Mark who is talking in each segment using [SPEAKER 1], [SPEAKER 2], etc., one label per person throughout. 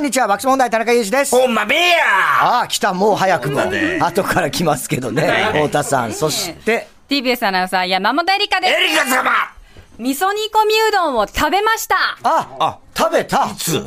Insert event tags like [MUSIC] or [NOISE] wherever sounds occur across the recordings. [SPEAKER 1] んにちは、爆笑問題田中裕二です。
[SPEAKER 2] ほんまべえや
[SPEAKER 1] ああ、来た、もう早くも
[SPEAKER 2] ほんまね。
[SPEAKER 1] 後から来ますけどね、太田さん。そして、
[SPEAKER 3] TBS アナウンサー山本エリカで
[SPEAKER 2] エリカ様
[SPEAKER 3] す。味噌煮込みうどんを食べました。
[SPEAKER 1] あ、あ食べた。
[SPEAKER 2] つ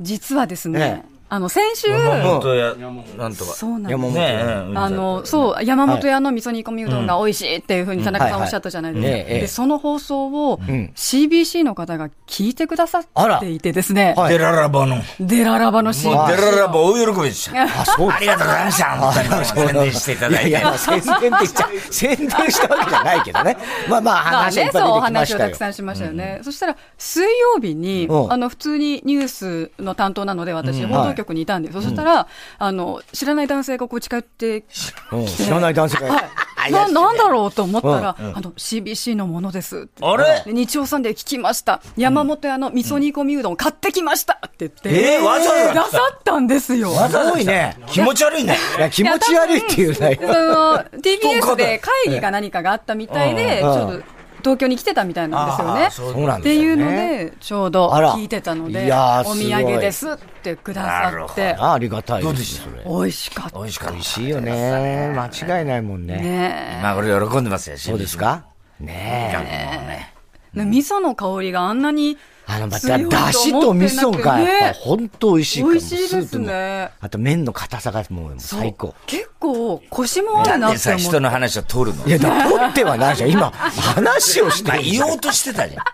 [SPEAKER 3] 実はですね、
[SPEAKER 1] え
[SPEAKER 3] あの、先週、
[SPEAKER 2] 本当や、なんとか。
[SPEAKER 3] そうなんです
[SPEAKER 1] 山本。
[SPEAKER 2] ねえ、うん
[SPEAKER 3] あの、そう、山本屋の味噌煮込みうどんが美味しいっていうふうに田中さんおっしゃったじゃない
[SPEAKER 1] はいは
[SPEAKER 3] で
[SPEAKER 1] い
[SPEAKER 3] す
[SPEAKER 1] ええ
[SPEAKER 3] か。
[SPEAKER 1] ええ
[SPEAKER 3] で、その放送を CBC の方が聞いてくださ
[SPEAKER 1] あら
[SPEAKER 3] っていてですね、
[SPEAKER 1] はい
[SPEAKER 2] デララバの。もう
[SPEAKER 3] デララバの CBC
[SPEAKER 2] デ
[SPEAKER 3] を。
[SPEAKER 2] ララバ大喜びでした。
[SPEAKER 1] あ、そう
[SPEAKER 2] ありがとうございました。本当に宣伝していただい
[SPEAKER 1] いやい
[SPEAKER 2] て。
[SPEAKER 1] や、宣伝って言っちゃ、宣伝したわけじゃないけど
[SPEAKER 2] [LAUGHS]
[SPEAKER 1] ね。まあまあ、
[SPEAKER 3] まあ
[SPEAKER 1] 話はい
[SPEAKER 3] ね
[SPEAKER 1] っ、ぱい
[SPEAKER 3] そ、
[SPEAKER 1] う出
[SPEAKER 3] お
[SPEAKER 1] てきま
[SPEAKER 3] 話
[SPEAKER 1] した
[SPEAKER 3] をた
[SPEAKER 1] よ
[SPEAKER 3] く。さんしましたよね。そしたら、水曜日に
[SPEAKER 1] う、ん
[SPEAKER 3] あの、普通にニュースの担当なので、私、報道局にいたんですよ。そしたら、あの、知らない男性がこう近寄ってき
[SPEAKER 1] うん知らない男性が。
[SPEAKER 3] て、 [LAUGHS] な、なんだろうと思ったら、あの、CBC のものですって。
[SPEAKER 2] あれ
[SPEAKER 3] で日曜さんで聞きました。山本屋の味噌煮込みうどん買ってきましたって言って、
[SPEAKER 2] えーわざわざ
[SPEAKER 3] くださったんですよ。
[SPEAKER 1] すごいね。
[SPEAKER 2] 気持ち悪いね。
[SPEAKER 1] いや、気持ち悪いっていう
[SPEAKER 3] そ
[SPEAKER 1] ね。
[SPEAKER 3] の、
[SPEAKER 2] 人
[SPEAKER 3] TBS
[SPEAKER 2] を買
[SPEAKER 3] で会議か何かがあったみたいで、ち
[SPEAKER 1] うん
[SPEAKER 3] ょっと東京に来てたみたいなんですよ
[SPEAKER 2] あ
[SPEAKER 3] ね
[SPEAKER 2] ー。
[SPEAKER 1] そ
[SPEAKER 2] そう
[SPEAKER 1] なん
[SPEAKER 3] っ
[SPEAKER 1] で
[SPEAKER 3] て
[SPEAKER 1] す
[SPEAKER 3] い
[SPEAKER 1] よ
[SPEAKER 3] うの
[SPEAKER 1] ね。
[SPEAKER 3] で、ちょうど
[SPEAKER 1] あら
[SPEAKER 3] 聞いてたの
[SPEAKER 1] い
[SPEAKER 3] で、
[SPEAKER 1] やー
[SPEAKER 3] お
[SPEAKER 1] す
[SPEAKER 3] 土
[SPEAKER 1] ごい
[SPEAKER 3] 産ですってくださって、
[SPEAKER 1] あありがたい
[SPEAKER 2] どう
[SPEAKER 1] で。
[SPEAKER 2] ですした
[SPEAKER 3] 美味しかった
[SPEAKER 2] 美味しかった。
[SPEAKER 1] 美味しいよね。間違いないもんね。
[SPEAKER 3] ね。
[SPEAKER 2] まあ、俺喜んでますよ、
[SPEAKER 1] そうですかねえ。
[SPEAKER 3] ね味噌の香りがあんなに
[SPEAKER 1] あの、また、
[SPEAKER 3] 強いと思ってな
[SPEAKER 1] だ
[SPEAKER 3] くて
[SPEAKER 1] しと味噌が、やっぱ、
[SPEAKER 3] ね
[SPEAKER 1] ほんと美味しいから。
[SPEAKER 3] 美味しいですね
[SPEAKER 1] スープもあと、麺の硬さがもう最高。
[SPEAKER 3] 結構、腰もある
[SPEAKER 2] なん
[SPEAKER 3] な
[SPEAKER 2] で
[SPEAKER 3] って
[SPEAKER 2] さ、
[SPEAKER 3] 思っ
[SPEAKER 2] 人
[SPEAKER 3] て。
[SPEAKER 2] の話を通るの
[SPEAKER 1] いや、だ取ってはないじゃん。今、話をして
[SPEAKER 2] まあ
[SPEAKER 1] るじゃ
[SPEAKER 2] 言
[SPEAKER 1] ん [LAUGHS]
[SPEAKER 2] おうとして [LAUGHS] たじゃん。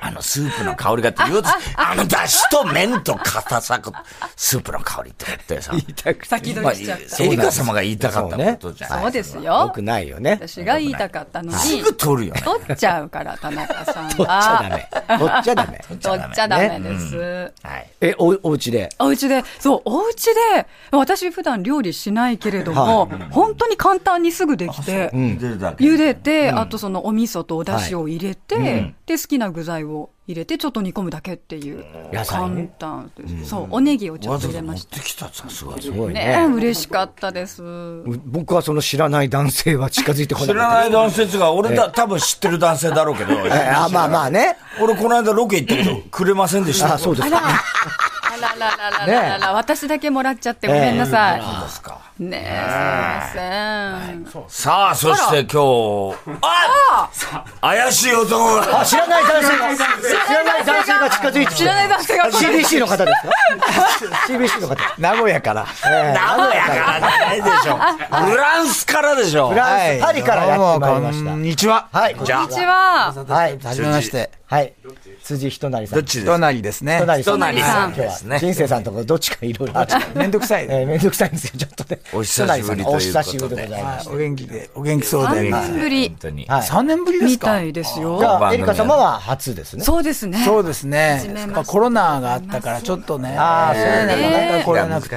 [SPEAKER 2] あのスープの香りがって言おうと [LAUGHS] して、あのだしと麺と硬さく、スープの香りって言ってさ。
[SPEAKER 3] 先取りしちゃった。
[SPEAKER 2] エリカ様が言いたかったことじゃない。
[SPEAKER 3] そうです
[SPEAKER 1] よ
[SPEAKER 3] よ
[SPEAKER 1] く。ないよね。
[SPEAKER 3] 私が言いたかったのに、
[SPEAKER 2] すぐ取るよね。
[SPEAKER 3] 取っちゃうから、田中さん
[SPEAKER 1] 取っちゃダ
[SPEAKER 3] は。
[SPEAKER 1] メ。取っちゃダ
[SPEAKER 3] [LAUGHS]
[SPEAKER 1] メ。
[SPEAKER 3] 取っちゃダメです。
[SPEAKER 2] はい。
[SPEAKER 1] え、お、お家で。
[SPEAKER 3] お家で、そう、お家で、私普段料理しないけれども、本当に簡単にすぐできて、
[SPEAKER 2] 出るだけ。
[SPEAKER 3] 茹でて、あとそのお味噌とお出汁を入れて、で、好きな具材を入れて、ちょっと煮込むだけっていう。
[SPEAKER 1] 野菜
[SPEAKER 3] 簡
[SPEAKER 1] ね
[SPEAKER 3] 単です、そう、おネギをちょ
[SPEAKER 2] わ
[SPEAKER 3] っと
[SPEAKER 2] ざわ
[SPEAKER 3] 入
[SPEAKER 2] ざ持
[SPEAKER 3] れま
[SPEAKER 2] っ
[SPEAKER 3] して
[SPEAKER 2] きたさ、すごい。
[SPEAKER 1] すご
[SPEAKER 3] た。
[SPEAKER 1] い
[SPEAKER 3] ねえ、
[SPEAKER 1] ね。
[SPEAKER 3] 嬉しかったです。
[SPEAKER 1] 僕はその知らない男性は近づいてこな
[SPEAKER 2] 知
[SPEAKER 1] い。
[SPEAKER 2] らない男性が、俺だ、多分知ってる男性だろうけど。
[SPEAKER 1] えあ、まあまあね。
[SPEAKER 2] 俺この間ロケ行ったけど、くれませんでした。
[SPEAKER 1] あ、そうですか。
[SPEAKER 3] あららららら
[SPEAKER 1] ね
[SPEAKER 3] らら、私だけもらっちゃってごめんなさい。
[SPEAKER 2] そうですか。
[SPEAKER 3] ねえ、すいません。
[SPEAKER 2] さあ、そして今日、あ怪しい男が。
[SPEAKER 1] あ、知らない男性が、知らない男性が近づいてき
[SPEAKER 3] 知らない
[SPEAKER 1] た。
[SPEAKER 3] 男性が来
[SPEAKER 1] [LAUGHS]
[SPEAKER 3] る
[SPEAKER 1] CBC の方ですか [LAUGHS] ?CBC の方。名古屋から。え
[SPEAKER 2] 名古屋からじゃないでしょ。フランスからでしょ。
[SPEAKER 1] フランス、パリからやってまいりまし
[SPEAKER 4] どうもこ
[SPEAKER 1] た
[SPEAKER 4] ん。にちは。
[SPEAKER 1] はい、こんにち
[SPEAKER 3] こんにちは。
[SPEAKER 1] は。はい、は
[SPEAKER 4] は
[SPEAKER 1] じ
[SPEAKER 4] じ
[SPEAKER 1] め
[SPEAKER 4] めまして。
[SPEAKER 1] はい。辻ひとなりさん。
[SPEAKER 2] どっちです
[SPEAKER 4] となりですね。
[SPEAKER 1] ひと
[SPEAKER 3] なりさん
[SPEAKER 1] 今日
[SPEAKER 2] ですね
[SPEAKER 1] は、人生さんとこどっちかいろいろあって。
[SPEAKER 4] めんどくさい。
[SPEAKER 1] えー、めんどくさいんですよ、ちょっとね。
[SPEAKER 2] お久しぶりということで
[SPEAKER 1] お久しぶりでございま
[SPEAKER 4] はい
[SPEAKER 1] す。
[SPEAKER 4] お元気で、お元気そう
[SPEAKER 3] 3
[SPEAKER 4] で。
[SPEAKER 3] 年ぶり
[SPEAKER 2] 本。当に。
[SPEAKER 1] はい。
[SPEAKER 4] 3年ぶりで
[SPEAKER 3] み
[SPEAKER 4] すか
[SPEAKER 3] たいです
[SPEAKER 1] じ
[SPEAKER 3] よ。
[SPEAKER 1] ゃあ、エリカ様は初ですね。
[SPEAKER 3] そうですね。
[SPEAKER 4] そうですね
[SPEAKER 3] めま。して
[SPEAKER 4] まあコロナがあったから、ちょっとね。
[SPEAKER 1] あーそうだ
[SPEAKER 4] ね
[SPEAKER 3] ね
[SPEAKER 4] なかなか来れなくて。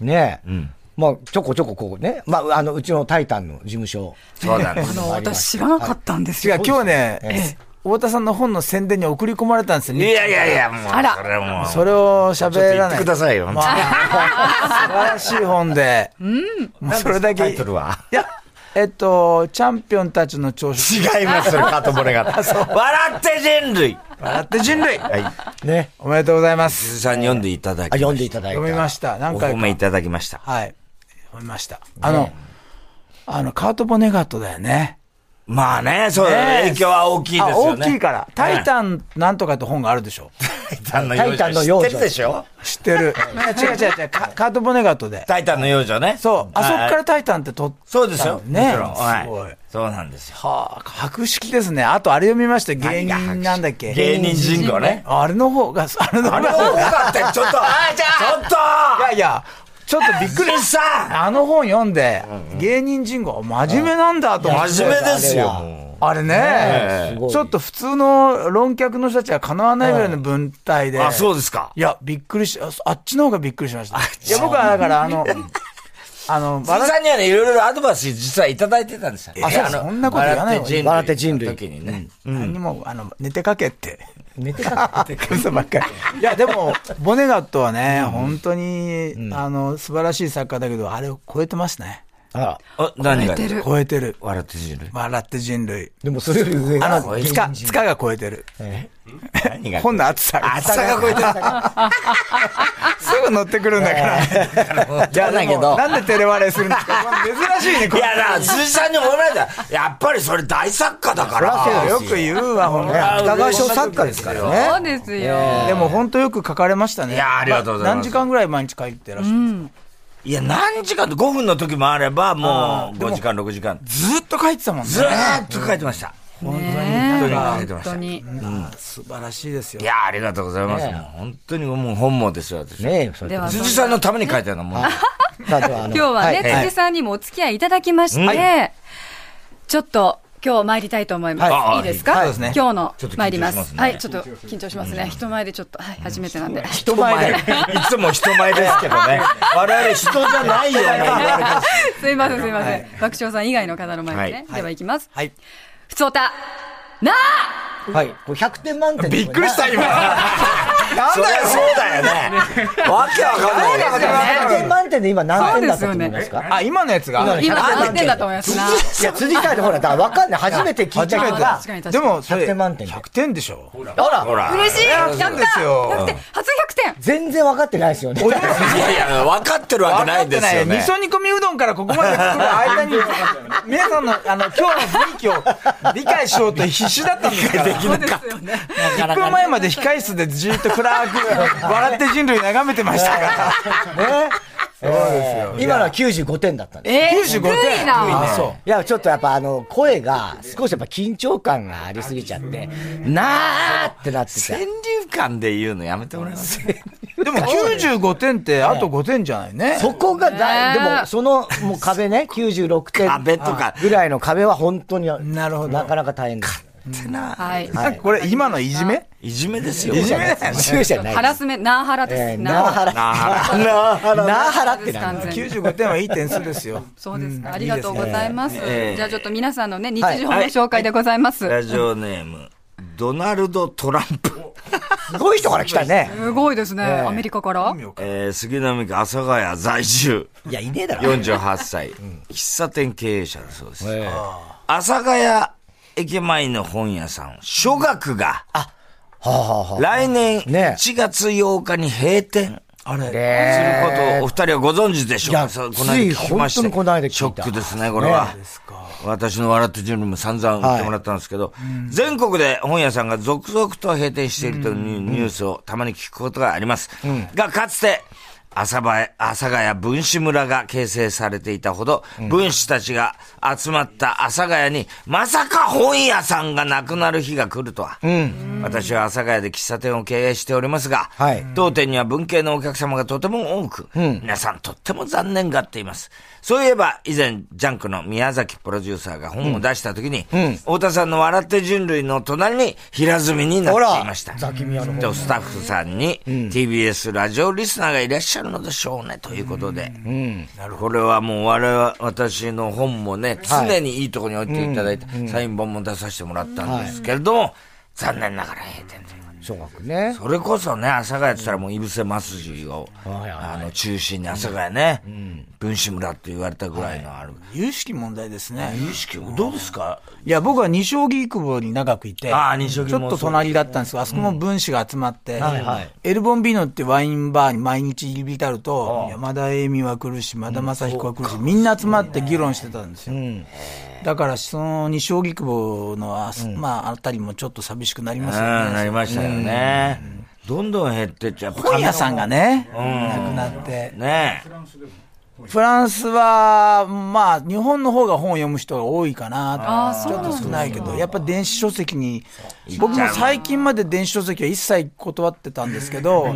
[SPEAKER 1] ねえ。まあ、ちょこちょここうね。まあ、あの、うちのタイタンの事務所。
[SPEAKER 2] そうなんで
[SPEAKER 3] あ
[SPEAKER 2] す。
[SPEAKER 3] の、私知らなかったんです
[SPEAKER 4] 違う、
[SPEAKER 3] よ。
[SPEAKER 4] 今日ね、太田さんの本の宣伝に送り込まれたんですよ。
[SPEAKER 2] いやいやいや、もう、
[SPEAKER 3] あら
[SPEAKER 2] それはもう。
[SPEAKER 4] それを喋らない。
[SPEAKER 2] ちょっと言ってくださいよ
[SPEAKER 4] まあ素晴らしい本で。もうそれだけ。
[SPEAKER 2] タイトルはい
[SPEAKER 4] や、えっと、チャンピオンたちの朝食。
[SPEAKER 2] 違います、それ、カートボレが。笑
[SPEAKER 4] [LAUGHS]
[SPEAKER 2] って人類。
[SPEAKER 4] 笑って人類。
[SPEAKER 2] はい。
[SPEAKER 1] ね。
[SPEAKER 4] おめでとうございます。
[SPEAKER 2] 鈴さんに読んでいた
[SPEAKER 1] あ、
[SPEAKER 2] だきました。
[SPEAKER 1] 読んでいただい
[SPEAKER 4] 読み
[SPEAKER 1] た。
[SPEAKER 4] ました。
[SPEAKER 2] お
[SPEAKER 4] 何回
[SPEAKER 2] 褒
[SPEAKER 4] か
[SPEAKER 2] め。いただきました。
[SPEAKER 4] はい。読みました。あの、あの、カート・ボネガットだよね。
[SPEAKER 2] まあね、そう、
[SPEAKER 4] ねえ
[SPEAKER 2] 影響は大きいです
[SPEAKER 4] あ、
[SPEAKER 2] よ
[SPEAKER 4] 大
[SPEAKER 2] ね。
[SPEAKER 4] きいから。タイタンなんとかって本があるでしょ。
[SPEAKER 2] タイタンの
[SPEAKER 1] タイタンの幼
[SPEAKER 2] 幼
[SPEAKER 1] 女
[SPEAKER 2] 女。知ってるでしょ
[SPEAKER 4] 知って
[SPEAKER 2] [LAUGHS]
[SPEAKER 4] る。違う違う違う。カカート・ボネガットで。
[SPEAKER 2] タイタンの幼女ね。
[SPEAKER 4] そう。あそこ
[SPEAKER 2] はい
[SPEAKER 4] からタイタンって撮った。
[SPEAKER 2] そうですよ。
[SPEAKER 4] ね
[SPEAKER 2] もちろんは
[SPEAKER 4] すごい
[SPEAKER 2] そうなんですよ。
[SPEAKER 4] はあ、白色ですね。あとあれ読みましたよ。芸
[SPEAKER 2] 何が拍手
[SPEAKER 4] 人なんだっけ。
[SPEAKER 2] 芸人人口ね。
[SPEAKER 4] あれの方が、あれの
[SPEAKER 2] あ
[SPEAKER 4] 方
[SPEAKER 2] れ多
[SPEAKER 4] が。
[SPEAKER 2] かったよちょっと、
[SPEAKER 4] [LAUGHS]
[SPEAKER 2] ち
[SPEAKER 4] いやいや、ちょっとびっ
[SPEAKER 2] ょ
[SPEAKER 4] く
[SPEAKER 2] [LAUGHS] っと、
[SPEAKER 4] り
[SPEAKER 2] クリ
[SPEAKER 4] し
[SPEAKER 2] スさん
[SPEAKER 4] た。あの本読んで、芸人人口、真面目なんだと思って。
[SPEAKER 2] 真面目です
[SPEAKER 1] あれは
[SPEAKER 2] よ。
[SPEAKER 4] あれね
[SPEAKER 1] えすごい
[SPEAKER 4] ちょっと普通の論客の人たちはかなわないぐらいの文体で。
[SPEAKER 2] あ、そうですか。
[SPEAKER 4] いや、びっくりし、ああっちの方がびっくりしました。いや、僕はだから、あの、あの、
[SPEAKER 2] 鈴
[SPEAKER 4] 笑
[SPEAKER 2] さんにはね、いろいろアドバイス実はいただいてたんですよ。
[SPEAKER 4] あそうそんなこと言わないよ
[SPEAKER 1] 笑って人類
[SPEAKER 2] の時にね。
[SPEAKER 4] っ何も、あの、寝てかけって。 [LAUGHS]
[SPEAKER 1] 寝てた。
[SPEAKER 4] 嘘ばっかり。いや、でも、ボ [LAUGHS] ネガットはね、本当に、あの、素晴らしい作家だけど、あれを超えてますね。
[SPEAKER 1] あら。
[SPEAKER 2] あ、何が
[SPEAKER 5] 超えてる
[SPEAKER 4] 超えてる。
[SPEAKER 2] 笑って人類。
[SPEAKER 4] 笑って人類。
[SPEAKER 1] でもそれより上
[SPEAKER 4] あ
[SPEAKER 1] が
[SPEAKER 4] の、つか、つかが超えてる。
[SPEAKER 2] 何が
[SPEAKER 4] 本の厚さが。
[SPEAKER 2] 厚さが超えてる。
[SPEAKER 4] すぐ乗ってくるんだか
[SPEAKER 2] [LAUGHS]
[SPEAKER 4] ら。
[SPEAKER 2] じゃあだけど。
[SPEAKER 4] [LAUGHS] なんで照れ笑いするんですか珍しいね、
[SPEAKER 2] [LAUGHS] いやだから、鈴木さんに褒められたら、やっぱりそれ大作家だから。
[SPEAKER 1] そりゃ
[SPEAKER 4] よく言うわ、ほんと。
[SPEAKER 1] 芥川賞作家ですからね。
[SPEAKER 5] そうですよ。
[SPEAKER 4] でも本当よく書かれましたね。
[SPEAKER 2] いやありがとうございます
[SPEAKER 4] 何時間ぐらい毎日書いてらっしゃる、
[SPEAKER 2] いや、何時間と5分の時もあれば、もう5時間、6時間。
[SPEAKER 4] ずーっと書いてたもんね。
[SPEAKER 2] ずーっと書いてました。
[SPEAKER 5] ね
[SPEAKER 2] 本当に書いてま
[SPEAKER 5] 本
[SPEAKER 2] した
[SPEAKER 5] 当。に。
[SPEAKER 4] 素晴らしいですよ
[SPEAKER 2] い。や、ありがとうございます。
[SPEAKER 1] ねえ
[SPEAKER 2] もう本当にもう本望ですよ、私。
[SPEAKER 1] ねえ、それ
[SPEAKER 5] では、
[SPEAKER 2] 辻さんのために書いたようなもん。
[SPEAKER 1] さあではあの
[SPEAKER 5] 今日はね、
[SPEAKER 1] い
[SPEAKER 5] 辻さんにもお付き合いいただきまして、ちょっと今日参りたいと思います。
[SPEAKER 2] はい
[SPEAKER 5] い、いですか、
[SPEAKER 2] はい
[SPEAKER 4] そうですね
[SPEAKER 5] 今日の
[SPEAKER 2] ちょっと緊張します
[SPEAKER 5] 参
[SPEAKER 2] ね
[SPEAKER 5] りますはい、ちょっと緊張しますね。人前でちょっと、はい、初めてなんで。
[SPEAKER 2] 人前で。いつも人前ですけどね。我々人じゃないよね言われてます。
[SPEAKER 5] [LAUGHS] すいません、すいません。爆笑さん以外の方の前でね。では行きます。
[SPEAKER 4] はい。
[SPEAKER 5] ふつおた、なあ
[SPEAKER 1] はい。これ100点満点
[SPEAKER 4] びっくりした、今。
[SPEAKER 2] そりゃそうだよね。わけわかんないよね。
[SPEAKER 1] 100点満点で今何点だったと思いますか
[SPEAKER 4] あ、今のやつが
[SPEAKER 5] 今何点だと思いますな。
[SPEAKER 1] いや、辻さんってほら、だからわかんない。初めて聞いたか
[SPEAKER 4] 初めて
[SPEAKER 1] ら
[SPEAKER 5] 確、かに確
[SPEAKER 4] で
[SPEAKER 5] かに。
[SPEAKER 4] も、それ
[SPEAKER 1] 100点満点だ
[SPEAKER 4] 100点でしょ。
[SPEAKER 1] あら、
[SPEAKER 2] ほら。
[SPEAKER 5] 嬉しいやった
[SPEAKER 4] そうですよ
[SPEAKER 5] !100 点初100点
[SPEAKER 1] 全然わかってないですよね。
[SPEAKER 2] いやいや、分かってるわけないですよ
[SPEAKER 4] 分かってない
[SPEAKER 2] ね
[SPEAKER 4] 味。噌煮込みうどんからここまで来る間に、皆さんの、あの、今日の雰囲気を理解しようと必死だったんです
[SPEAKER 2] [LAUGHS]
[SPEAKER 4] から。
[SPEAKER 5] そうですよね。
[SPEAKER 4] 1分前まで控室でじーっと暗く、笑って人類眺めてましたから。
[SPEAKER 1] 今のは95点だったんです。
[SPEAKER 5] えー、
[SPEAKER 4] 95点
[SPEAKER 5] 低いな。
[SPEAKER 4] そ
[SPEAKER 1] いや、ちょっとやっぱあの、声が少しやっぱ緊張感がありすぎちゃって、なーってなって
[SPEAKER 2] 川
[SPEAKER 1] て。
[SPEAKER 2] 柳感で言うのやめてもらえます
[SPEAKER 4] う。でも95点ってあと5点じゃないね。
[SPEAKER 1] そこがだ、で
[SPEAKER 5] ね
[SPEAKER 1] もそのもう壁ね、96点。
[SPEAKER 2] 壁とか
[SPEAKER 1] ぐらいの壁は本当に、
[SPEAKER 4] なるほど
[SPEAKER 1] なかなか大変です。
[SPEAKER 2] ってな。
[SPEAKER 5] はい。
[SPEAKER 4] なん [LAUGHS] かこれ今のいじめ
[SPEAKER 2] いじめですよ。
[SPEAKER 4] いじめだよね
[SPEAKER 1] 一緒じゃない
[SPEAKER 5] ハラスメ、ナーハラです。
[SPEAKER 1] えー
[SPEAKER 5] ナー
[SPEAKER 1] なー
[SPEAKER 5] ハ
[SPEAKER 1] はら。
[SPEAKER 2] なあ
[SPEAKER 1] なーはら。なーはら
[SPEAKER 5] ラ
[SPEAKER 1] ってなんだ
[SPEAKER 5] 完全に
[SPEAKER 4] ?95 点はいい点数ですよ。
[SPEAKER 5] そうですか。ありがとうございます。
[SPEAKER 2] ね
[SPEAKER 5] じゃあちょっと皆さんのね、日常の紹介でございます。
[SPEAKER 2] ラジオネーム、ドナルド・トランプ。
[SPEAKER 1] すごい人から来たね。
[SPEAKER 5] すごいですね。アメリカから。
[SPEAKER 2] えー、杉並区阿佐ヶ谷在住。
[SPEAKER 1] いや、いねえだろ。
[SPEAKER 2] 48歳。喫茶店経営者だそうです。阿佐ヶ谷駅前の本屋さん、書学が、
[SPEAKER 1] はあ、はあは
[SPEAKER 2] 来年
[SPEAKER 1] ね
[SPEAKER 2] 1月8日に閉店。
[SPEAKER 4] あれ
[SPEAKER 1] あ、ね
[SPEAKER 2] することをお二人はご存知でしょう
[SPEAKER 1] い
[SPEAKER 2] か
[SPEAKER 1] や
[SPEAKER 2] そうこの間聞きまして
[SPEAKER 1] つい本当にこの間聞いた
[SPEAKER 2] ショックですね、これは。私の笑って準備も散々言ってもらったんですけど、全国で本屋さんが続々と閉店しているというニュースをたまに聞くことがあります。が、かつて、朝ばえ、阿佐ヶ谷分子村が形成されていたほど、分子たちが集まった阿佐ヶ谷に、まさか本屋さんがなくなる日が来るとは。私は阿佐ヶ谷で喫茶店を経営しておりますが、
[SPEAKER 1] はい
[SPEAKER 2] 当店には文系のお客様がとても多く、皆さんとっても残念がっています。そういえば、以前、ジャンクの宮崎プロデューサーが本を出した時に、太田さんの笑って人類の隣に平積みになっていました。
[SPEAKER 1] ザキミヤの
[SPEAKER 2] とスタッフさんに、TBS ラジオリスナーがいらっしゃるのでしょうね、ということで。これはもう我々、私の本もね、常にいいところに置いていただいて、サイン本も出させてもらったんですけれども、残念ながら閉店という。
[SPEAKER 1] 小学ね。
[SPEAKER 2] それこそね、阿佐ヶ谷って言ったらもう、いぶせますじを、
[SPEAKER 1] はいはい
[SPEAKER 2] あの、中心に阿佐ヶ谷ね、分子村って言われたぐらいのある。
[SPEAKER 4] 有識問題ですね。
[SPEAKER 2] 意識、どうですか
[SPEAKER 4] いや、僕は二将棋久保に長くいて、
[SPEAKER 2] あー二将棋
[SPEAKER 4] ちょ
[SPEAKER 2] も
[SPEAKER 4] っ
[SPEAKER 2] そう
[SPEAKER 4] と隣だったんですが、あそこも分子が集まって、
[SPEAKER 1] はいはい
[SPEAKER 4] エルボンビーノってワインバーに毎日入り浸ると、山田栄美は来るし、山田正彦は来るし、みんな集まって議論してたんですよ。だから、その二将棋久保のあす、まあ、あたりもちょっと寂しくなり
[SPEAKER 2] うん、
[SPEAKER 4] ますよね。
[SPEAKER 2] なりましたよね。どんどん減ってっちゃう。
[SPEAKER 4] 本屋さんがね、
[SPEAKER 2] う
[SPEAKER 4] なくなって
[SPEAKER 2] ん。、ね
[SPEAKER 4] フランスは、まあ、日本の方が本を読む人が多いか
[SPEAKER 5] あー
[SPEAKER 4] な
[SPEAKER 5] そ
[SPEAKER 4] と、
[SPEAKER 5] う
[SPEAKER 4] ち
[SPEAKER 5] な
[SPEAKER 4] ょ
[SPEAKER 5] ん
[SPEAKER 4] っ
[SPEAKER 5] だ
[SPEAKER 4] と少ないけど、やっぱ電子書籍に
[SPEAKER 2] いっちゃう、
[SPEAKER 4] 僕も最近まで電子書籍は一切断ってたんですけど、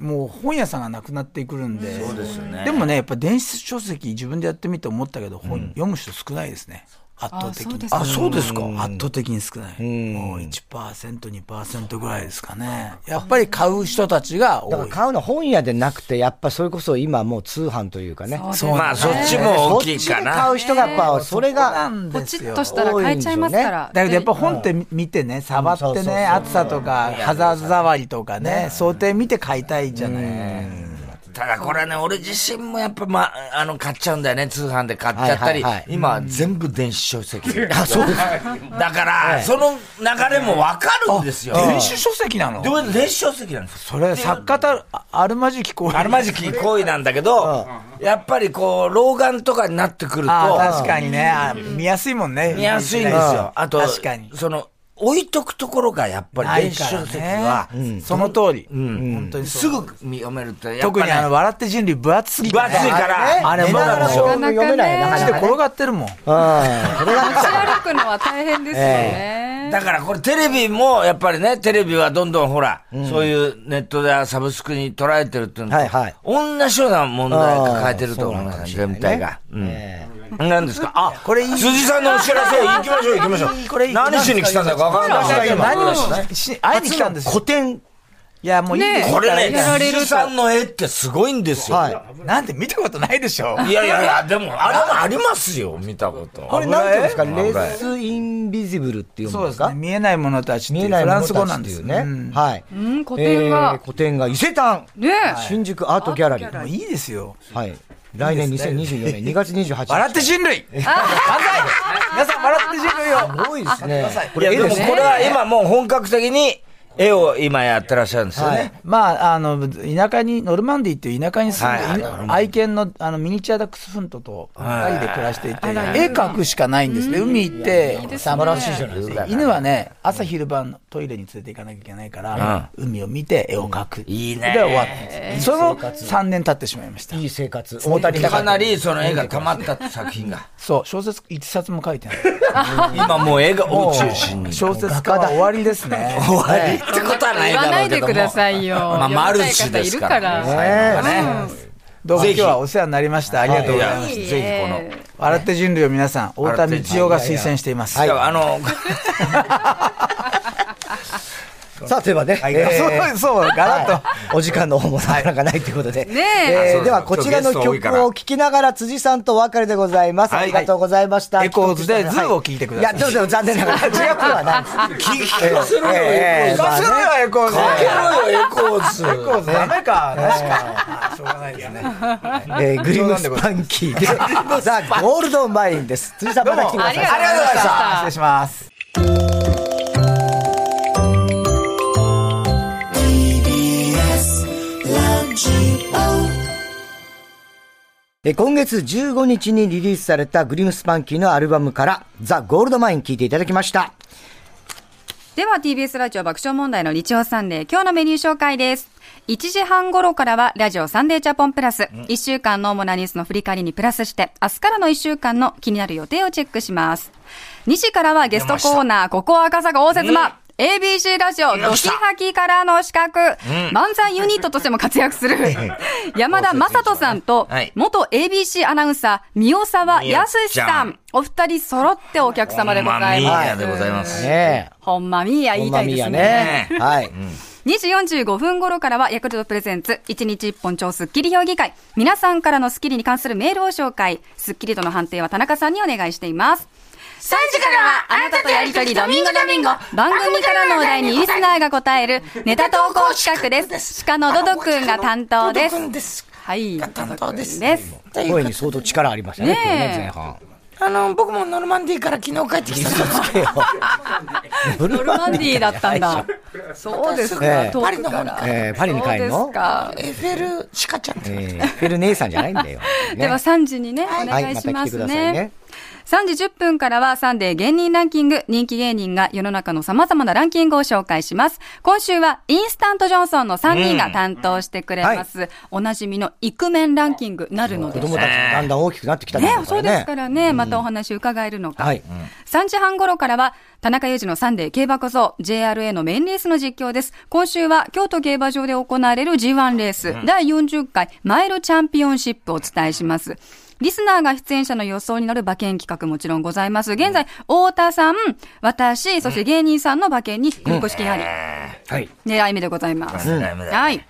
[SPEAKER 4] もう本屋さんがなくなってくるんで、
[SPEAKER 2] そうですよね
[SPEAKER 4] でもね、やっぱ電子書籍、自分でやってみて思ったけど、本読む人少ないですね、圧倒的
[SPEAKER 5] あそうで
[SPEAKER 4] に
[SPEAKER 5] す。かあそう
[SPEAKER 4] ですか圧倒的に少ない。もう1%、2%ぐらいですかね。やっぱり買う人たち
[SPEAKER 1] だ
[SPEAKER 4] が
[SPEAKER 1] か
[SPEAKER 4] 多
[SPEAKER 1] ら
[SPEAKER 4] い。
[SPEAKER 1] 買うのは本屋でなくて、やっぱそれこそ今もう通販というかね。
[SPEAKER 5] そう
[SPEAKER 2] え。まあ、そっちも大きいか
[SPEAKER 1] そっちで買
[SPEAKER 2] な。
[SPEAKER 1] う人がやっぱ、それ
[SPEAKER 4] な
[SPEAKER 1] が、
[SPEAKER 4] ん
[SPEAKER 5] ポ
[SPEAKER 4] で
[SPEAKER 5] チ
[SPEAKER 4] す
[SPEAKER 5] ッ
[SPEAKER 4] よ
[SPEAKER 5] としたら買えちゃいますから。
[SPEAKER 4] だけどやっぱ本って見てね、触ってね、暑さとか、肌触りとかね、想定見て買いたいじゃない。
[SPEAKER 2] ただこれね、俺自身もやっぱ、ま、あの、買っちゃうんだよね、通販で買っちゃったり、今、全部電子書籍。
[SPEAKER 1] あ、そうです。
[SPEAKER 2] [LAUGHS] だから、その流れもわかるんですよ。
[SPEAKER 4] 電子書籍なの
[SPEAKER 2] でも電子書籍なんです
[SPEAKER 4] それ、作家たる、あるまじき行為。
[SPEAKER 2] あるまじき行為なんだけど、やっぱりこう、老眼とかになってくると。
[SPEAKER 4] 確かにね、見やすいもんね。
[SPEAKER 2] 見やすいんですよ。あと、確かに。その、置いとくところがやっぱり電子書籍は、
[SPEAKER 4] その通り、
[SPEAKER 2] 本当にすぐ読めるって
[SPEAKER 4] 特にあの笑って人類分厚すぎ
[SPEAKER 2] 分厚いから
[SPEAKER 4] あれも
[SPEAKER 1] な読めないな
[SPEAKER 4] か転がってるもん持ち
[SPEAKER 5] 歩くのは大変ですよね
[SPEAKER 2] だからこれテレビもやっぱりねテレビはどんどんほらそういうネットでサブスクに捉えてるっていうのと同じような問題抱えてると思います全体が何ですかあ、これ辻さんのお知らせ、行きましょう、行きましょう。 [LAUGHS] これ何しに来たんだか分かんない。
[SPEAKER 4] 何をし、会いに来たんです
[SPEAKER 1] 古典。
[SPEAKER 4] いや、もういいです
[SPEAKER 2] これね、辻さんの絵ってすごいんですよ。
[SPEAKER 4] なんて見たことないでしょ。
[SPEAKER 2] いやいやいや、でも、あれもありますよ、見たこと。
[SPEAKER 1] これ、なんていうんですか、レース・インビジブルっていうものですか
[SPEAKER 4] 見えないものたち
[SPEAKER 1] 見えないフランス語なんですよね。はい。
[SPEAKER 5] 古典が。
[SPEAKER 1] 古典が伊勢丹。新宿アートギャラリー。
[SPEAKER 4] もういいですよ。
[SPEAKER 1] はい。来年2024年2月28日。
[SPEAKER 4] 笑って人類皆さん笑って人類
[SPEAKER 1] をすごいですね。
[SPEAKER 2] これ、でもこれは今もう本格的に、絵を今やってらっしゃるんですよね。
[SPEAKER 4] まあ、あの、田舎に、ノルマンディっていう田舎に住んで、愛犬のあのミニチュアダックスフントと二人で暮らしていて、絵描くしかないんですね。海行って、
[SPEAKER 1] 素晴らしいじゃないですか。
[SPEAKER 4] 犬はね、朝昼晩トイレに連れて行かなきゃいけないから、海を見て絵を描く。
[SPEAKER 2] いいね。
[SPEAKER 4] で終わったんです。その3年経ってしまいました。
[SPEAKER 1] いい生活。
[SPEAKER 2] 大谷かなりその絵が溜まった作品が。
[SPEAKER 4] そう、小説一冊も書い
[SPEAKER 2] [LAUGHS]
[SPEAKER 4] てない。
[SPEAKER 2] 今もう絵がを中心に。
[SPEAKER 4] 小説家は終わりです
[SPEAKER 2] [LAUGHS]
[SPEAKER 4] ね。
[SPEAKER 2] 終わり。ってことはない
[SPEAKER 5] 言わないでくださいよ。
[SPEAKER 2] まあ、マルチですから。
[SPEAKER 4] どうも今日はお世話になりました。ありがとうございました。
[SPEAKER 2] ぜひこの。
[SPEAKER 4] 笑って人類を皆さん、太田道夫が推薦しています。
[SPEAKER 2] はい、あの、
[SPEAKER 1] さあ、といえばね、
[SPEAKER 4] そう、そう、ガラッ
[SPEAKER 1] と、お時間の方もなかなかないということで、えではこちらの曲を聴きながら辻さんとお別れでございます。ありがとうございました。
[SPEAKER 4] エコーズでズーを聴いてくださ
[SPEAKER 1] い。いや、ちょっと残念ながら、違くはない
[SPEAKER 2] です。聞かせろよ、エコーズ。
[SPEAKER 4] 聞かせろよ、エコーズ。
[SPEAKER 2] かけろよ、エコーズ。エ
[SPEAKER 4] コーズ、ダメか。確かに。しょうがないですね。
[SPEAKER 1] えグリムスパンキーで、ザ・ゴールドマインです。辻さん、また来てください。あり
[SPEAKER 2] がとうございました。
[SPEAKER 4] 失礼します。
[SPEAKER 1] 今月15日にリリースされたグリムスパンキーのアルバムからザ・ゴールドマイン聴いていただきました。
[SPEAKER 3] では TBS ラジオ爆笑問題の日曜サンデー今日のメニュー紹介です。1時半頃からはラジオサンデージャポンプラス。うん、1週間の主なニュースの振り返りにプラスして、明日からの1週間の気になる予定をチェックします。2時からはゲストコーナー、ここ赤坂応接間。うん ABC ラジオ、ドキハキからの資格、漫才ユニットとしても活躍 [LAUGHS] する、山田雅人さんと、元 ABC アナウンサー、三尾沢康さん、お二人揃ってお客様でございます。
[SPEAKER 2] でございます
[SPEAKER 1] ね。
[SPEAKER 3] ほんまみーや言いたいですね。はい。2時45分頃からはヤクルトプレゼンツ1日1本超スッキリ評議会皆さんからのスッキリに関するメールを紹介スッキリとの判定は田中さんにお願いしています3時からは、あなたとやりとりドミンゴドミンゴ。番組からのお題にリスナーが答えるネタ投稿企画です。鹿のドドくんが担当です。
[SPEAKER 2] です。
[SPEAKER 3] はい。
[SPEAKER 2] 担当です。
[SPEAKER 1] 声に相当力ありましたね、
[SPEAKER 3] ね
[SPEAKER 2] あの、僕もノルマンディーから昨日帰ってきた
[SPEAKER 3] [LAUGHS] ノルマンディーだったんだ。そうですか。
[SPEAKER 2] パリの方に帰
[SPEAKER 1] る。パリに帰るの
[SPEAKER 2] [LAUGHS] エッフェル、シカちゃん。エ
[SPEAKER 1] ッフェル姉さんじゃないんだよ。
[SPEAKER 3] [LAUGHS] では3時にね、お願いしますね。3時10分からはサンデー芸人ランキング、人気芸人が世の中の様々なランキングを紹介します。今週はインスタントジョンソンの3人が担当してくれます。うんはい、おなじみのイクメンランキングなるのです。
[SPEAKER 1] 子供たちもだんだん大きくなってきた
[SPEAKER 3] ね。ね、そうですからね、またお話伺えるのか。うんはい、3時半頃からは田中裕二のサンデー競馬こそ JRA のメインレースの実況です。今週は京都競馬場で行われる G1 レース、うん、第40回マイルチャンピオンシップをお伝えします。リスナーが出演者の予想に乗る馬券企画もちろんございます。現在、太田さん、私、そして芸人さんの馬券に繰り越し券あり。はい。狙い目でございます。
[SPEAKER 2] 狙い目
[SPEAKER 3] はい。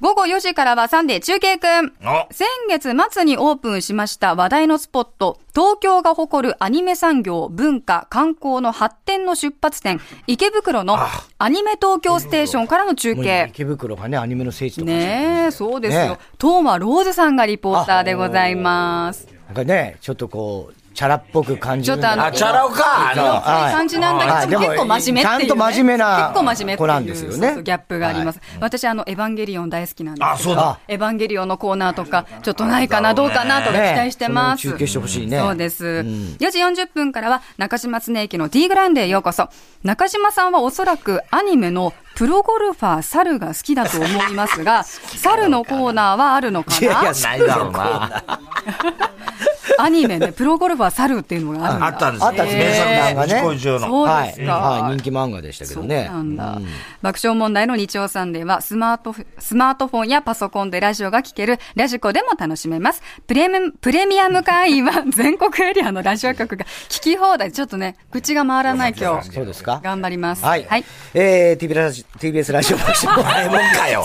[SPEAKER 3] 午後4時からはサンデー中継くん。先月末にオープンしました話題のスポット、東京が誇るアニメ産業、文化、観光の発展の出発点、池袋のアニメ東京ステーションからの中継。
[SPEAKER 1] 池袋がね、アニメの聖地と
[SPEAKER 3] かねえ、そうですよ。東間ローズさんがリポーターでございます。
[SPEAKER 1] なんかね、ちょっとこう、チャラっぽく感じる。
[SPEAKER 2] ちょっとあの、チャラ男かあ
[SPEAKER 3] の、感じなんだけど、結構真面目っ
[SPEAKER 1] ち
[SPEAKER 3] て
[SPEAKER 1] ゃんと真面目な
[SPEAKER 3] 子
[SPEAKER 1] なんですよね。
[SPEAKER 3] ギャップがあります。私、あの、エヴァンゲリオン大好きなんです
[SPEAKER 2] あ、そうだ。
[SPEAKER 3] エヴァンゲリオンのコーナーとか、ちょっとないかな、どうかな、とか期待してます。
[SPEAKER 1] 中継してほしいね。
[SPEAKER 3] そうです。4時40分からは、中島常駅の D グランデへようこそ。中島さんはおそらくアニメのプロゴルファー、猿が好きだと思います
[SPEAKER 1] [LAUGHS]
[SPEAKER 3] が、猿のコーナーはあるのかない
[SPEAKER 2] や、ないだろうな。
[SPEAKER 3] アニメね、プロゴルファー猿っていうのがあるんだ。
[SPEAKER 2] あったんですあったんです名作漫画ね。
[SPEAKER 3] そうですか。
[SPEAKER 1] はい、人気漫画でしたけどね。
[SPEAKER 3] なんだ。爆笑問題の日曜サンデーは、スマート、スマートフォンやパソコンでラジオが聴ける、ラジコでも楽しめます。プレミ、プレミアム会員は全国エリアのラジオ
[SPEAKER 1] [LAUGHS]
[SPEAKER 3] 局が聞き放題。ちょっとね、口が回らない今日。
[SPEAKER 1] そうですか。
[SPEAKER 3] 頑張ります。
[SPEAKER 1] はい。はい。えー、TBS ラジオ、TBS
[SPEAKER 3] [LAUGHS]
[SPEAKER 1] ラジオ爆笑問題
[SPEAKER 2] もんかよ。。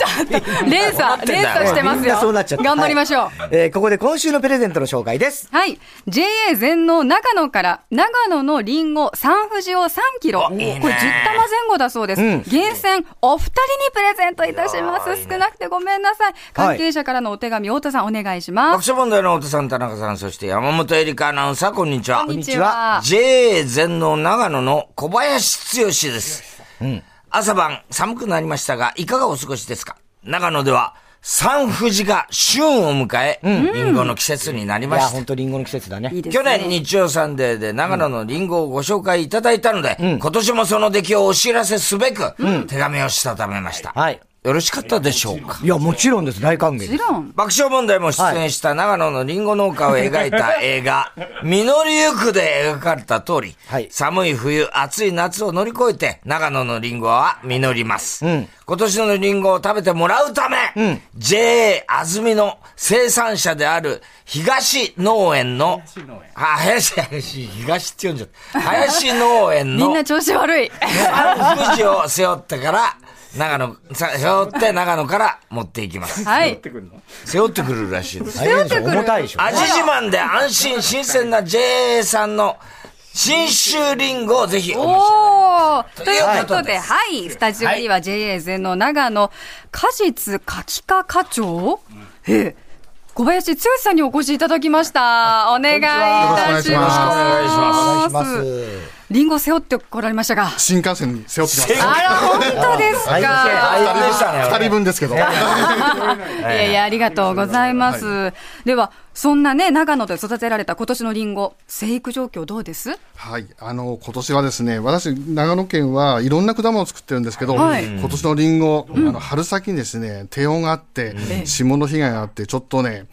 [SPEAKER 3] 連
[SPEAKER 1] [LAUGHS]
[SPEAKER 3] 鎖、連鎖してますよ。
[SPEAKER 1] そうなっちゃった。
[SPEAKER 3] 頑張りましょう。
[SPEAKER 1] えここで今週のプレゼントの紹介です。
[SPEAKER 3] はい。JA 全農長野から、長野のりんご三富士を3キロ。これ10玉前後だそうです。厳選、お二人にプレゼントいたします。少なくてごめんなさい。関係者からのお手紙、太田さんお願いします
[SPEAKER 2] 爆笑問題の太田さん、田中さん、そして山本恵里香アナウンサー、こんにちは。
[SPEAKER 3] こんにちは。
[SPEAKER 2] JA 全農長野の小林剛です。うん、朝晩寒くなりましたが、いかがお過ごしですか長野では、三富士が旬を迎え、り、うんごの季節になりました。いや、
[SPEAKER 1] 本当りんごの季節だね。
[SPEAKER 3] いいね
[SPEAKER 2] 去年日曜サンデーで長野のりんごをご紹介いただいたので、うん、今年もその出来をお知らせすべく、うん、手紙をしたためました。
[SPEAKER 1] はい。
[SPEAKER 2] よろしかったでしょうか
[SPEAKER 1] いや、もちろんです。大歓迎です。もちろん。
[SPEAKER 2] 爆笑問題も出演した長野のりんご農家を描いた映 [LAUGHS] 画、実りゆくで描かれた通り、はい、寒い冬、暑い夏を乗り越えて、長野のりんごは実ります。うん、今年のりんごを食べてもらうため、うん、JA 安住の生産者である東農園の、あ、林、林、東って呼んじゃった。林農園の、
[SPEAKER 3] みんな調子悪 [LAUGHS] い。
[SPEAKER 2] 富士を背負ってから、長野、背負って長野から持っていきます。
[SPEAKER 3] はい。
[SPEAKER 2] 背負ってくるらしいです。
[SPEAKER 3] 背負ってくる。重
[SPEAKER 1] たいでしょ。
[SPEAKER 2] 味自慢で安心、新鮮な JA さんの新州リンゴをぜひお
[SPEAKER 3] おということで、はい、スタジオには JA 全の長野果実柿科課長、ええ小林剛さんにお越しいただきました。お願いいたします。お願いします。リンゴ背負ってこられましたが。。
[SPEAKER 6] 新幹線に背負ってきました
[SPEAKER 3] あら、本当ですか。
[SPEAKER 6] 二人分ですけど。い
[SPEAKER 3] やいや、ありがとうございます。では、そんなね、長野で育てられた今年のリンゴ、生育状況どうです
[SPEAKER 6] はい。あの、今年はですね、私、長野県はいろんな果物を作ってるんですけど、はい、今年のリンゴ、あの春先にですね、低温があって、霜の被害があって、ちょっとね、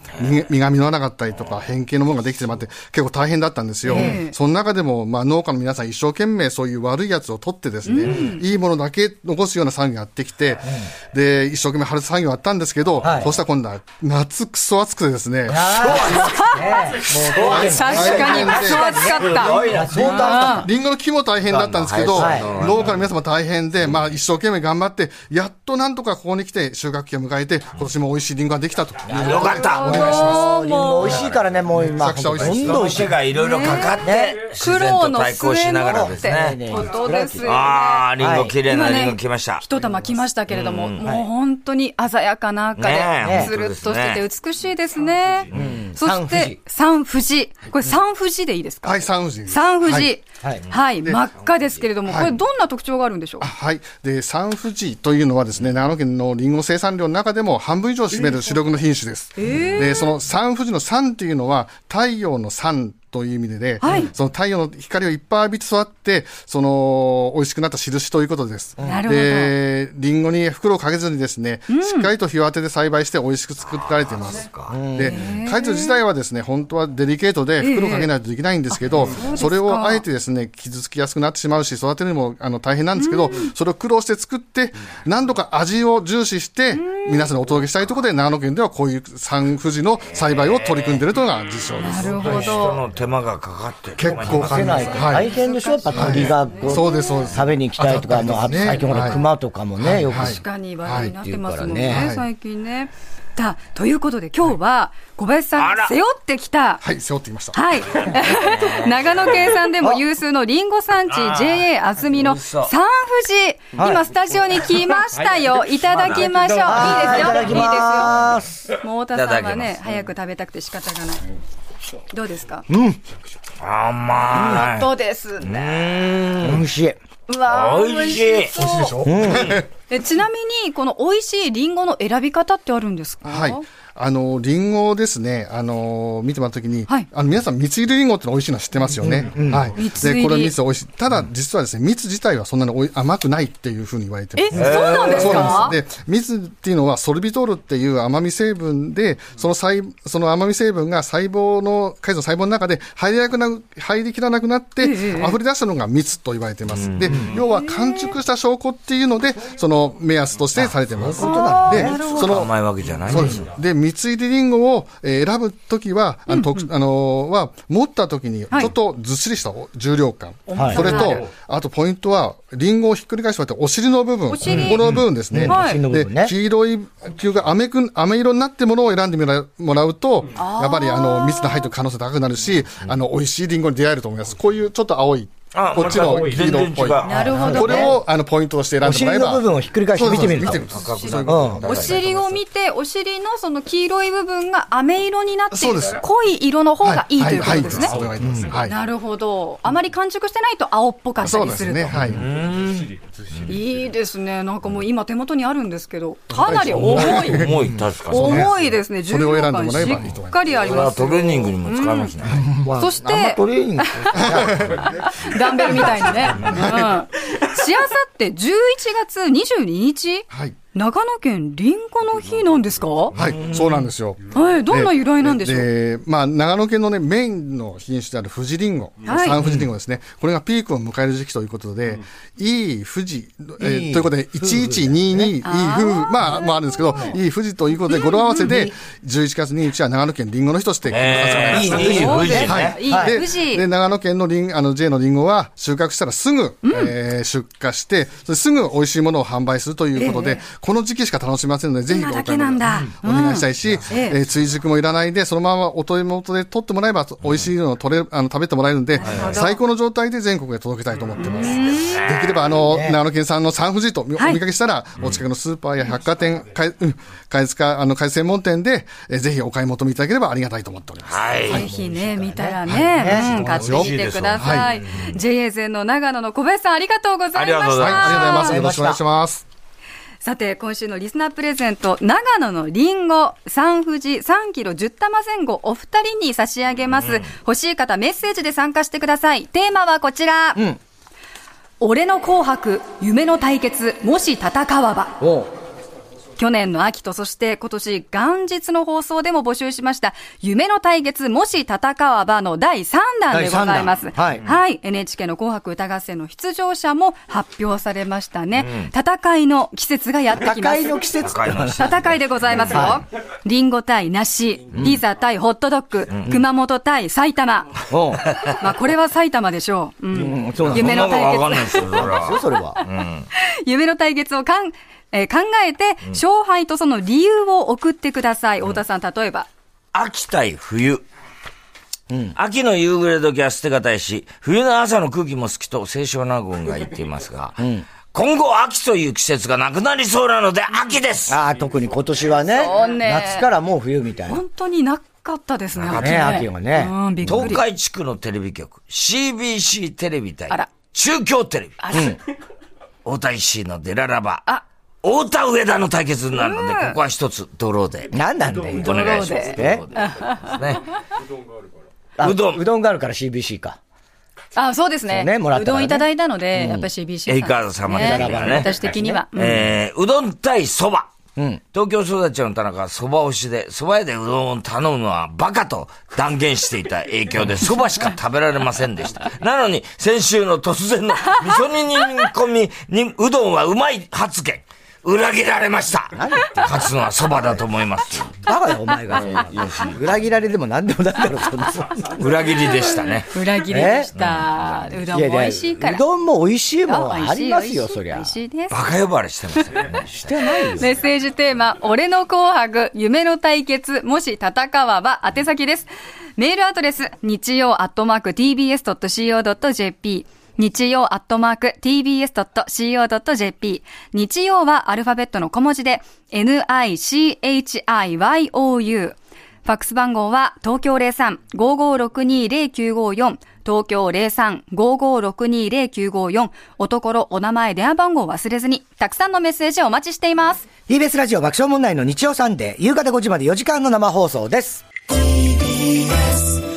[SPEAKER 6] 実が実らなかったりとか、変形のものができてしまって、結構大変だったんですよ。その中でも、まあ、農家の皆さん一生懸命そういう悪いやつを取ってですね、うん、いいものだけ残すような産業やってきて、うん、で、一生懸命春産業やったんですけど、はい、そしたら今度は夏くそ暑くてですね。確。
[SPEAKER 3] かに夏暑かった
[SPEAKER 6] リンゴの木も大変だったんですけど、農家の皆様大変で、まあ一生懸命頑張って、やっとなんとかここに来て収穫期を迎えて、今年も美味しいリンゴができたと。
[SPEAKER 2] よかった
[SPEAKER 1] お願いします。リンゴ美味しいからね、もう今。
[SPEAKER 2] どんどん手がいろいろかかって、自然と対抗しながらですね。
[SPEAKER 3] 本当ですよ、ね。
[SPEAKER 2] ああ、リンゴ綺麗なリンゴ来ました。
[SPEAKER 3] 一玉来ましたけれども、もう本当に鮮やかな赤で、つるっとしてて美しいですね。そして、三富士。これ三富士でいいですか
[SPEAKER 6] はい、三富士。
[SPEAKER 3] 三富士。はい、真っ赤ですけれども、これどんな特徴があるんでしょう
[SPEAKER 6] はい。で、三富士というのはですね、長野県のリンゴ生産量の中でも半分以上を占める主力の品種です。で、その三富士の三っていうのは、太陽の三という意味で、ね、はい、その太陽の光をいっぱい浴びて育って、その、美味しくなった印ということです。
[SPEAKER 3] なる
[SPEAKER 6] ほど。で、リンゴに袋をかけずにですね、うん、しっかりと日を当てて栽培して美味しく作られています。で、果実自体はですね、本当はデリケートで袋をかけないといけないんですけど、そ,それをあえてですね、傷つきやすくなってしまうし、育てるのもあの大変なんですけど、うん、それを苦労して作って、何度か味を重視して、うん、皆さんにお届けしたいところで、長野県ではこういう三富士の栽培を取り組んでいるというのが実証です。
[SPEAKER 3] なるほど。
[SPEAKER 2] 手間がかかってる。
[SPEAKER 6] 結構か
[SPEAKER 1] せないと大変でしょ、やっぱ鳥がこう、
[SPEAKER 6] そうです、そうです。
[SPEAKER 1] 食べに行きたいとか、もう
[SPEAKER 6] ね
[SPEAKER 1] 最近ほら、熊とかもね、よく。
[SPEAKER 5] 確かに話題になってますもんね、最近ね。だということで、今日は小林さんが背負ってきた、
[SPEAKER 6] はい、背負ってきました。
[SPEAKER 3] はい。 [LAUGHS] 長野県産でも有数のリンゴ産地 JA あずみの三富士。今スタジオに来ましたよ。いただきましょう。いいですよ。いいですよ。もう太田さんはね、早く食べたくて仕方がない。どうですか
[SPEAKER 1] うん。
[SPEAKER 2] 甘い。
[SPEAKER 5] そうですね。
[SPEAKER 1] 美味しい。
[SPEAKER 5] うわ
[SPEAKER 2] 美味しい。美味
[SPEAKER 6] しいで
[SPEAKER 3] [LAUGHS]
[SPEAKER 6] しょ
[SPEAKER 5] えちなみに、この美味しいリンゴの選び方ってあるんですか
[SPEAKER 6] はい。あの、リンゴですね、あの、見てもらったときに、はい、あの、皆さん、蜜入りリンゴっての美味しいのは知ってますよね。はい。で、これ蜜美味しい。ただ、実はですね、蜜自体はそんなにおい甘くないっていうふうに言われてます。
[SPEAKER 5] え、そうなんですか
[SPEAKER 6] そうなんです。で、蜜っていうのはソルビトールっていう甘み成分で、その細、その甘み成分が細胞の、海の細胞の中で入りなくな、入りきらなくなって、溢れ出したのが蜜と言われてます。で、要は完熟した証拠っていうので、その目安としてされてます。
[SPEAKER 1] 本当だ。
[SPEAKER 6] で、
[SPEAKER 2] その、甘いわけじゃない
[SPEAKER 6] そうです。で、蜜入りリンゴを選ぶときは、あの、は、持ったときに、ちょっとずっしりした重量感。それと、あとポイントは、リンゴをひっくり返してもらって、お尻の部分、ここの部分ですね。で、黄色い球が飴くん、飴色になってものを選んでもらうと、やっぱり、あの、蜜の入ってる可能性高くなるし、あの、美味しいリンゴに出会えると思います。こういうちょっと青い。こっちの黄色っぽい。
[SPEAKER 5] なるほど、
[SPEAKER 6] これをあのポイントとして選んでもらえば。
[SPEAKER 1] お尻の部分をひっくり返して見てみる
[SPEAKER 6] と。
[SPEAKER 3] お尻を見て、お尻のその黄色い部分が飴色になっている、濃い色の方がいいということですね。なるほど。あまり完熟してないと青っぽかったりすると。、
[SPEAKER 5] いいですね。なんかもう今手元にあるんですけど、かなり重い。
[SPEAKER 2] 重い、確かに。
[SPEAKER 5] 重いですね。重量感しっかりあります。
[SPEAKER 2] トレーニングにも使えますね。
[SPEAKER 5] そして、
[SPEAKER 1] トレーニング
[SPEAKER 5] ダンベルみたいにね。うん。しあさって11月22日
[SPEAKER 6] はい。
[SPEAKER 5] 長野県りんごの日なんですか
[SPEAKER 6] はい、そうなんですよ。
[SPEAKER 5] はい、どんな由来なんでしょう
[SPEAKER 6] でまあ、長野県のね、メインの品種である富士りんご、はい、三富士りんごですね。これがピークを迎える時期ということで、いい富士、えー、ということで、1122、いい夫婦、まあ、もあるんですけど、いい富士ということで、語呂合わせで、11月2日は長野県りんごの日として、
[SPEAKER 2] えー、いい富士、はい
[SPEAKER 3] いい富士。
[SPEAKER 6] で、長野県のりん、あの、J のりんごは、収穫したらすぐ、え出荷して、すぐ美味しいものを販売するということで、この時期しか楽しめませんので、ぜひご
[SPEAKER 3] 購入
[SPEAKER 6] お願いしたいし、え追熟もいらないで、そのままお問い元で取ってもらえば、美味しいのを取れ、あの、食べてもらえるんで、最高の状態で全国へ届けたいと思ってます。できれば、あの、長野県産の産富士とお見かけしたら、お近くのスーパーや百貨店、かい、買い付か、あの、買い専門店で、えぜひお買い求めいただければありがたいと思っております。
[SPEAKER 3] ぜひね、見たらね、うん、買ってみてください。JA 全の長野の小林さん、ありがとうございました。ありがとうご
[SPEAKER 6] ざいます。よろしくお願いします。
[SPEAKER 3] さて、今週のリスナープレゼント、長野のりんご、三富士3キロ10玉前後、お二人に差し上げます。うん、欲しい方、メッセージで参加してください。テーマはこちら。うん、俺の紅白、夢の対決、もし戦わば。去年の秋とそして今年元日の放送でも募集しました、夢の対決もし戦わばの第3弾でございます。
[SPEAKER 1] はい、
[SPEAKER 3] はい。NHK の紅白歌合戦の出場者も発表されましたね。うん、戦いの季節がやってきます。
[SPEAKER 1] 戦いの季節
[SPEAKER 3] 戦いでございますよ。はい、リンゴ対梨、ピザ対ホットドッグ、うん、熊本対埼玉。うん、 [LAUGHS] まあこれは埼玉でしょう。うん。夢の対決。夢の対決をかん、えー、考えて、勝敗とその理由を送ってください。うん、太田さん、例えば。
[SPEAKER 2] 秋対冬。うん、秋の夕暮れ時は捨てがたいし、冬の朝の空気も好きと清少納言が言っていますが、うん、今後秋という季節がなくなりそうなので秋です
[SPEAKER 1] ああ、特に今年はね、ね夏からもう冬みたいな。
[SPEAKER 3] 本当になかったですね、
[SPEAKER 1] ね秋はね。
[SPEAKER 3] うん、
[SPEAKER 2] 東海地区のテレビ局、CBC テレビ対、中京テレビ。大田石のデララバ。あ太田上田の対決になるので、ここは一つ、ドローで。
[SPEAKER 1] 何なんだよ、
[SPEAKER 2] お願いします。ね。
[SPEAKER 1] うどん。うどんがあるから CBC か。
[SPEAKER 3] あ、そうですね。
[SPEAKER 1] ね、もら
[SPEAKER 3] うどんいただいたので、やっぱ CBC さん。
[SPEAKER 2] エイカー様
[SPEAKER 3] でね。私的には。
[SPEAKER 2] えうどん対蕎麦。東京育ちの田中は蕎麦推しで、蕎麦屋でうどんを頼むのはバカと断言していた影響で蕎麦しか食べられませんでした。 [LAUGHS] なのに、先週の突然の味噌煮込みにうどんはうまい発言。裏切られました勝つのはそばだと思います。
[SPEAKER 1] バカだよ、お前が。裏切られでも何でもないだろ、そんな。
[SPEAKER 2] 裏切りでしたね。
[SPEAKER 5] 裏切り [LAUGHS] でした。うどんも美味しいから。
[SPEAKER 1] うどんも美味しいもんありますよ、そりゃ。
[SPEAKER 2] バカ呼ばれしてましたよね。
[SPEAKER 1] してないよ。
[SPEAKER 3] メッセージテーマ、俺の紅白、夢の対決、もし戦わば宛先です。メールアドレス、日曜アットマーク tbs.co.jp。日曜アットマーク tbs.co.jp 日曜はアルファベットの小文字で nichiou ファックス番号は東京03-55620954東京03-55620954おところお名前電話番号忘れずにたくさんのメッセージをお待ちしています
[SPEAKER 1] TBS ラジオ爆笑問題の日曜サンデー夕方5時まで4時間の生放送です TBS